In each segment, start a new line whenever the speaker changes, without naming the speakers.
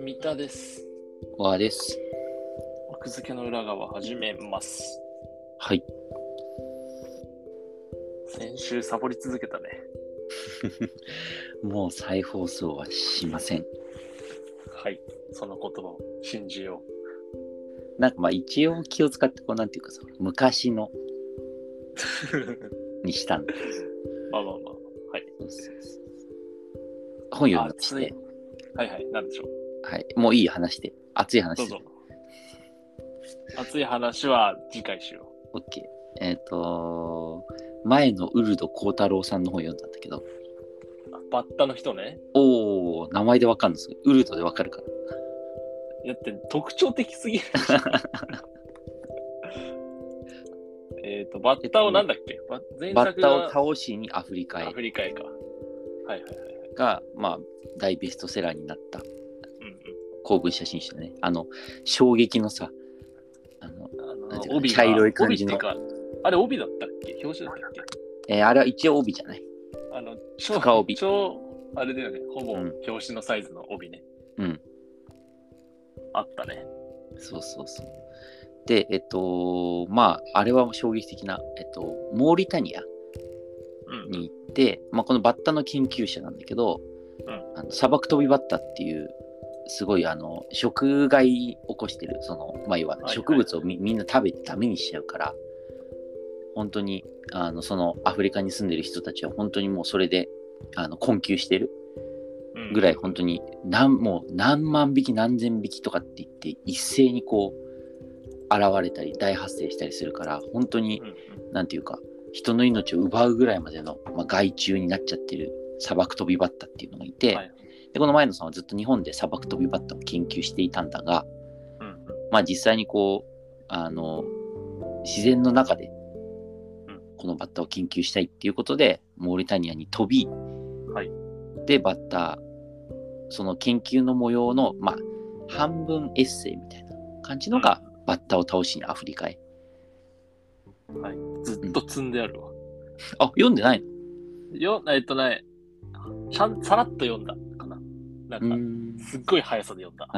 三田です。
わーです。
奥付けの裏側始めます。
はい。
先週サボり続けたね。
もう再放送はしません。
はい。その言葉を信じ よ
なんかまあ一応気を使ってこうなんていうかさ、昔の
う。
にしたんだけ
まあまあま
ど。本
あ。
読んでまし
暑い
て、。
はいはい。なんでしょう。
はい。もういい話で、熱い
どう
話で
ぞ。。熱い話は次回しよ
OK。えっ、と前のウルド幸太郎さんの本読んだんだけど、
う。あバッタの人ね。
おー、名前でわかるんですよウルドでわかるか
だ
ら。
って特徴的す ぎる。えっと、バッタをなんだっけバ前
バッ
作
タを
が
倒しにアフリカ
ア
へ
フリカへか。はいはいはい。
が、まあ、大ベストセラーになった
うん
公文写真集だね。あの、衝撃のさ、あの、
うん。あ
なんてい
の
うか
帯が
茶色い感じの
帯っていうかあれ帯だったっけ表紙だったっけ
えーあれは一応帯じゃない。
あの、超、
深帯
超、あれだよね。ほぼ
うん
表紙のサイズの帯ね。
うん。
あったね。
そうそうそう。で、えっと、まあ、あれは衝撃的な、えっと、モーリタニア
うん。
に行って、まあ、このバッタの研究者なんだけど、
うん
あの砂漠飛びバッタっていう、すごいあの食害起こしてる、その、まあ、要は
はい
植物をみ,、みんな食べてダメにしちゃうから、本当に、あのそのアフリカに住んでる人たちは本当にもうそれで、あの困窮してる
うん
ぐらい本当に何もう何万匹何千匹とかって言って一斉にこう現れたり大発生したりするから本当に
うんうん
何ていうか人の命を奪うぐらいまでの、まあ、害虫になっちゃってる砂漠飛びバッタっていうのがいて、
はい
でこの前野さんはずっと日本で砂漠飛びバッタを研究していたんだが、
うん
まあ、実際にこうあの自然の中で
ん
このバッタを研究したいっていうことでモーリタニアに飛び、
はい
でバッタその研究の模様の、まあ、半分エッセイみたいな感じのが、バッタを倒しにアフリカへ
うんずっと積んであるわ。
あ読んでない
よ、えっとね、ちゃん、さらっと読んだかな。な
の
んか、すっごい速さで読んだ。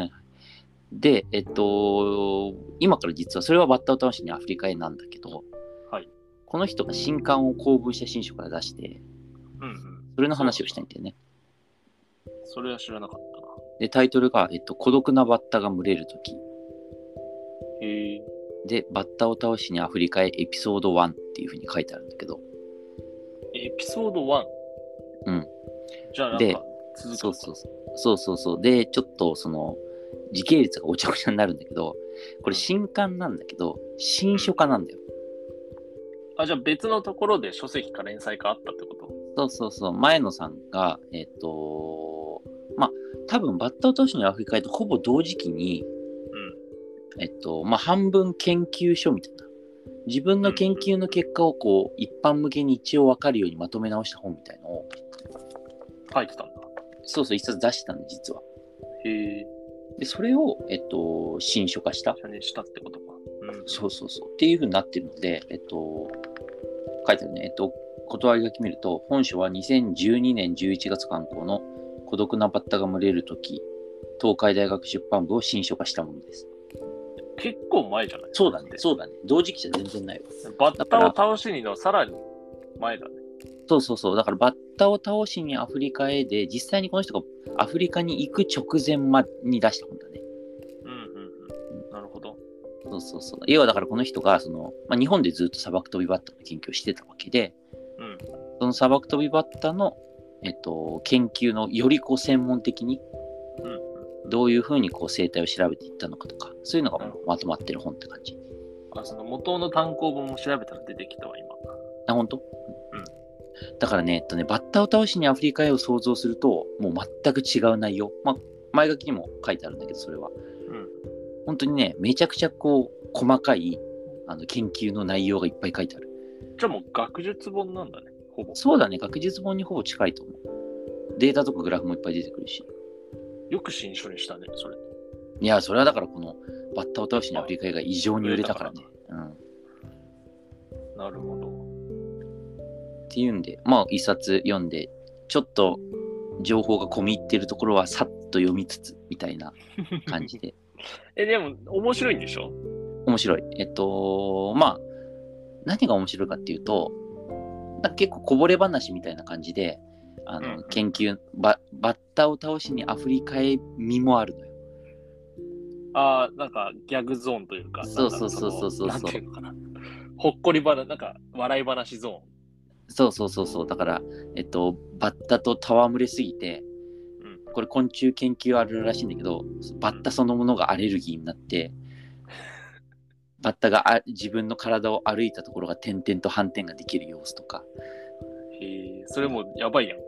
でえっと今から実はそれはバッタを倒しにアフリカへなんだけど、
はい
この人が新刊を公文写真集から出して
うんうん。
それの話をしたいんだよね
それは知らなかったな。
で、タイトルが、えっと、孤独なバッタが群れる時
へえ。
で、バッタを倒しにアフリカへエピソード1っていうふうに書いてあるんだけど、
エピソード 1?
うん。
じゃあ、なん
で
か、続く
そうそうそう。そうそうそう。で、ちょっとその、時系列がおちゃおちゃになるんだけど、これ新刊なんだけど、新書化なんだよ。
あ、じゃあ別のところで書籍か連載かあったってこと
そうそうそう。前野さんが、えっと、まあ、多分バッタを倒しにアフリカへとほぼ同時期に、えっと、まあ、半分研究所みたいな。自分の研究の結果をこう、一般向けに一応わかるようにまとめ直した本みたいの
う
を、
ん。書いてたんだ。
そうそう、一冊出してたの、実は。
へえ。
で、それを、えっと、新書化した。
じゃあねしたってことか。うん。
そうそうそう。っていうふうになってるので、えっと、書いてあるね。えっと、断り書き見ると、本書は2012年11月刊行の孤独なバッタが群れる時、東海大学出版部を新書化したものです。
結構前じゃない
そうだね、そうだね。同時期じゃ全然ないわ。
バッタを倒しにのさらに前だね。
そうそうそう。だからバッタを倒しにアフリカへで、実際にこの人がアフリカに行く直前まに出した本だね。
うんうんうん。なるほど。
そうそうそう。要はだからこの人がその、まあ、日本でずっと砂漠飛びバッタの研究をしてたわけで、
うん。
その砂漠飛びバッタの、えっと、研究のよりこう専門的に
うんうん。
どういうふうにこう生態を調べていったのかとか、そういうのがもうまとまってる本って感じ。
あ、その元の単行本も調べたら出てきたわ、今。
あ、本当うん。だからね、えっとね、バッタを倒しにアフリカへを想像すると、もう全く違う内容。まあ、前書きにも書いてあるんだけど、それ
う
は。
ん。
本当にね、めちゃくちゃこう、細かいあの研究の内容がいっぱい書いてある。
じゃあもう学術本なんだね、ほぼ。
そうだね、学術本にほぼ近いと思う。データとかグラフもいっぱい出てくるし。
よく新書にしたね、それ。
いや、それはだからこのバッタを倒しにアフリカへが異常に売れたからね。うん。
なるほど。
っていうんで、まあ、一冊読んで、ちょっと情報が込み入ってるところはさっと読みつつ、みたい な感じで。
え、でも、面白いんでしょ
面白い。えっと、まあ、何が面白いかっていうと、なんか結構こぼれ話みたいな感じで、あ
うんう
の
ん
研究バ、バッタを倒しにアフリカへ身もあるのよ。
ああ、なんか、ギャグゾーンというか、
そうそうそうそうそう
なんかのなんていうのかな。ほっこり話、なんか、笑い話ゾ
そうそうそうそう。だから、えっと、バッタと戯れすぎて、これ昆虫研究あるらしいんだけど、バッタそのものがアレルギーになって、バッタがあ自分の体を歩いたところが点々と反転ができる様子とか、
ーン。へえ、それもうやばいやん。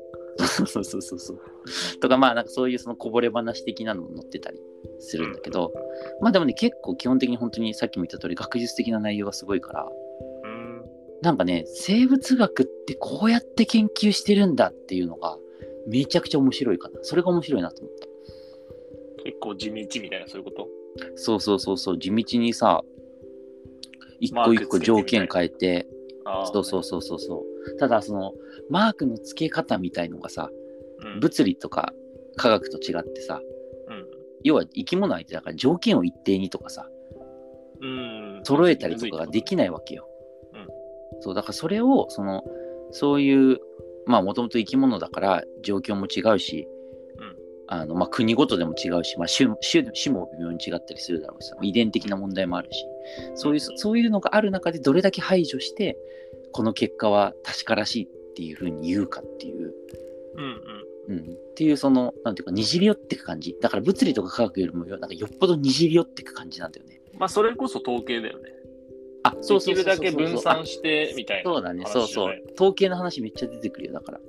そうそうそうそうそう。とかまあなんかそういうそのこぼれ話的なのも載ってたりするんだけど、まあでもね結構基本的に本当にさっきも言った通り学術的な内容がすごいから、
うん。
なんかね生物学ってこうやって研究してるんだっていうのがめちゃくちゃ面白いかな。それが面白いなと思った。
結構地道みたいな、そういうこと。
そうそうそうそう地道にさ一
マー
個
ク
一個
つけてみ
条
たい
件変えて
ああ。
そうそうそうそうそうただそのマークの付け方みたいのがさ
うん。
物理とか科学と違ってさ
うん
要は生き物相手だから条件を一定にとかさ
うん。
揃えたりとかができないわけよ。
うん
そうだからそれをそのそういうまあもともと生き物だから状況も違うし、
うん
あのまあ、国ごとでも違うし、まあ、種種種も微妙に違ったりするだろうしさ遺伝的な問題もあるしそういうそういうのがある中でどれだけ排除してこの結果は確からしいっていうふうに言うかっていう。
うんうん。
うん、っていうそのなんていうかにじり寄ってく感じだから物理とか科学よりもよなんかよっぽどにじり寄ってく感じなんだよね
まあ、それこそ統計だよね。
あそうそ
でき
うそ
る
うそう
だ
そう
け分散してみたいな。
そうだね、
話
そう
じゃ
そ
な
う
い。
統計の話めっちゃ出てくるよ、だから。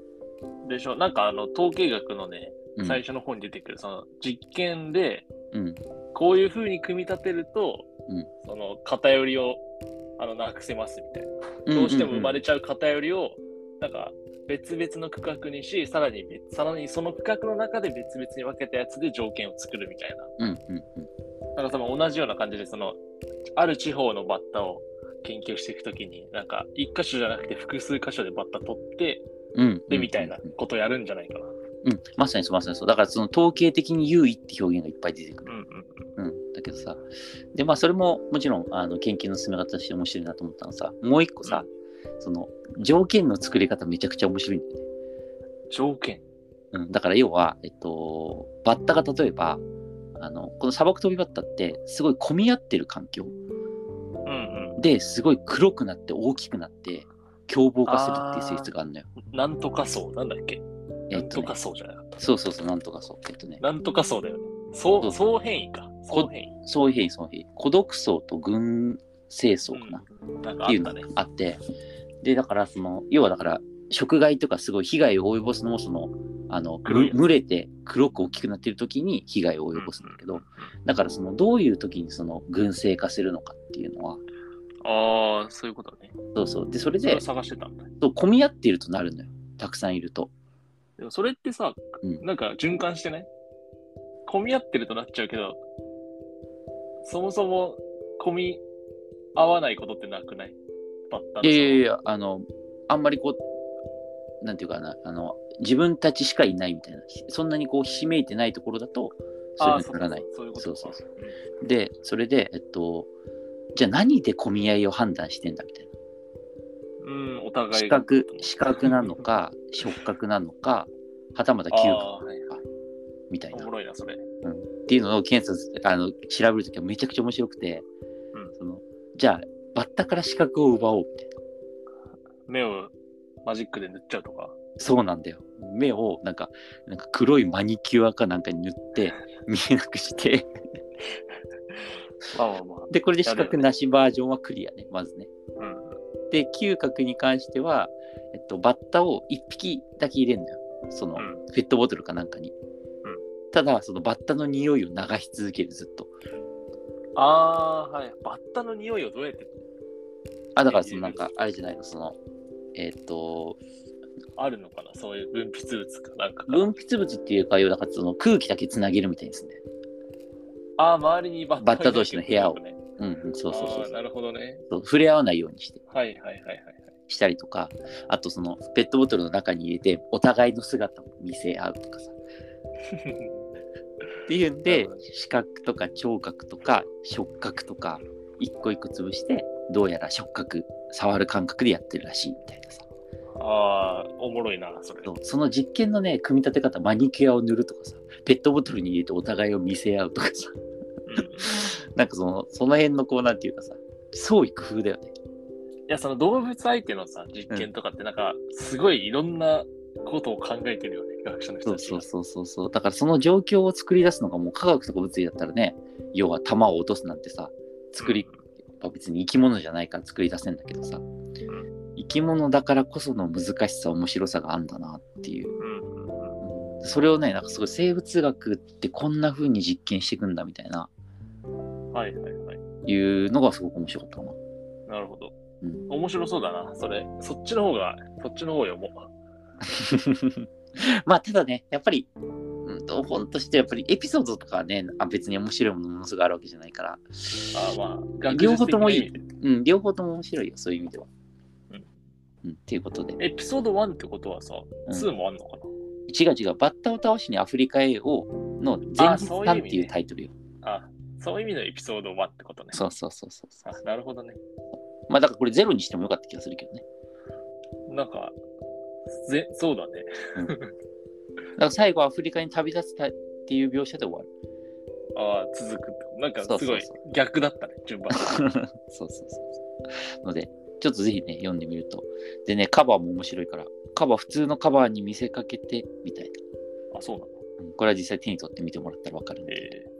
でしょなんかあの統計学のね、
うん、
最初の方に出てくる、その実験で、
うん、
こういう風に組み立てると、
うん
その偏りをあのなくせますみたいな。どうしても生まれ
ち
ちゃう偏りを、なんか別々の区画にし、さらに別さらにその区画の中で別々に分けたやつで条件を作るみたいな。
うん。うんうんうん
なんか多分同じような感じで、その、ある地方のバッタを研究していくときに、なんか、一箇所じゃなくて複数箇所でバッタ取って、
うんうん。
で、みたいな
うん
ことやるんじゃないかな。
うん、まさにそう、まさにそう。だから、その統計的に優位って表現がいっぱい出てく
う
る。
んうん。
うん。だけどさ、で、まあ、それももちろん、あの研究の進め方として面白いなと思ったのさ、もう一個さ、その、条件の作り方めちゃくちゃ面白いんだよね。
条件。
うん、だから要は、えっと、バッタが例えば、あのこの砂漠飛びバッタってすごい混み合ってる環境
うんうん。
ですごい黒くなって大きくなって凶暴化するっていう性質があるのよ。
なんとか層、なんだっけ、
え
な
っ
ん
と
と
ね
か、層じゃなかった。
そうそうそう、なんとかそう。えっとね、
なんとか層だよね。層、
そ
層変異か。層変異。
そういう変異、そういう変異。孤独層と群生層かな、
なんか
っ
あ
て
っ
いうの
た
が
ね。
あって、で、だから、その、要はだから、食害とかすごい被害を及ぼすのも、その、あの、
黒い
む群れて黒く大きくなってる時に被害を及ぼすんだけど、だから、その、どういう時にその群生化するのかっていうのは、
ああ、そういうことね。
そうそう。で、それ
それ
で
を、探してたんだ。
そう混み合っているとなるのよ。たくさんいると。
でもそれってさ、
うん
なんか循環してない混み合ってるとなっちゃうけど、そもそも混み合わないことってなくないバッタの
いやいやいや、あの、あんまりこう、なんていうかな、あの、自分たちしかいないみたいな、ひそんなにこう、ひしめいてないところだと、そ
あ
れ
ー
にならない。
そうかそうそういうことか
そう
うん
で、それで、えっと、じゃあ何で混み合いを判断してんだみたいな。
うん、お互いが。
視覚、視覚なの か、触覚なのか、はたまた嗅覚
あーはい
みたい
お
な。
もろいな、それ。
っていうのを検査すあの調べるときはめちゃくちゃ面白くて、
うん
そのじゃあ、バッタから視覚を奪おうみたいな。
目をマジックで塗っちゃうとか。
そうなんだよ。目をなんか、なんか黒いマニキュアかなんかに塗って、 見えなくして、
まあまあまあ。
で、これで視覚なしバージョンはクリアね、まずね。
うん。
で、嗅覚に関しては、えっと、バッタを1匹だけ入れるのよ。その、
うん
ペットボトルかなんかに。
うん
ただ、そのバッタの匂いを流し続ける、ずっと。
ああ、はい。バッタの匂いをどうやって
あ、だから、そのなんか、あれじゃないの、その、えっと、
あるのかなそういう分泌物かなんかが。
分泌物っていうか、要はだからその空気だけつなげるみたいですね。
ああ、周りにバッタ
バッタ同士の部屋を
ね。
ううんうん、そうそうそう
あーなるほどね。
そう触れ合わないようにして
はいはいはいはい。
したりとかあとそのペットボトルの中に入れてお互いの姿を見せ合うとかさっていうん
な
で
るほど
視覚とか聴覚とか触覚とか一個一個潰してどうやら触覚触る感覚でやってるらしいみたいなさ
ああ、おもろいな、それ。
そうその実験のね組み立て方マニキュアを塗るとかさペットボトルに入れてお互いを見せ合うとかさ
うん
なんかそのその辺のこうなんていうかさ創意工夫だよね
いや、その動物相手のさ、実験とかって、なんか、すごいいろんなことを考えてるよね、学者の人
そ
た
う
ち
そ
が
う。そうそうそうだからその状況を作り出すのがもう科学とか物理だったらね要は弾を落とすなんてさ作り、まあ別に生き物じゃないから作り出せんだけどさ生き物だからこその難しさ面白さがあんだなっていう
うんうんうん
それをねなんかすごい生物学ってこんな風に実験していくんだみたいな
うんはいはいはい。
いうのがすごく面白かったかな
なるほど。
うん
面白そうだな、それ。そっちの方が、そっちの方よ、もう。
まあただねやっぱり、うん、と本としてやっぱりエピソードとかはねあ別に面白いものものすごいあるわけじゃないから、
ああ、まあ、
両方ともいい
学術的な意味で
うん、両方とも面白いよそういう意味では。
う
うんんっていうことで、
エピソード1ってことはさ、
うん
2もあんのかな、
違う違う「バッタを倒しにアフリカへを」の前日譚っていうタイトルよ。
あそういう意味のエピソード1ってことね。
そうそうそうそうそう
あなるほどね。
まあだからこれゼロにしてもよかった気がするけどね。
なんか、ぜそうだね。
だから最後アフリカに旅立つたっていう描写で終わる。
ああ、続くと。なんか、
そう
す
そ
ご
う
い
そう
逆だったね、順番。
そうそうそうそう。ので、ちょっとぜひね、読んでみると。でね、カバーも面白いから、カバー、普通のカバーに見せかけてみたいな。
あ、そうなの。
うんこれは実際手に取って見てもらったらわかるんで。
ええ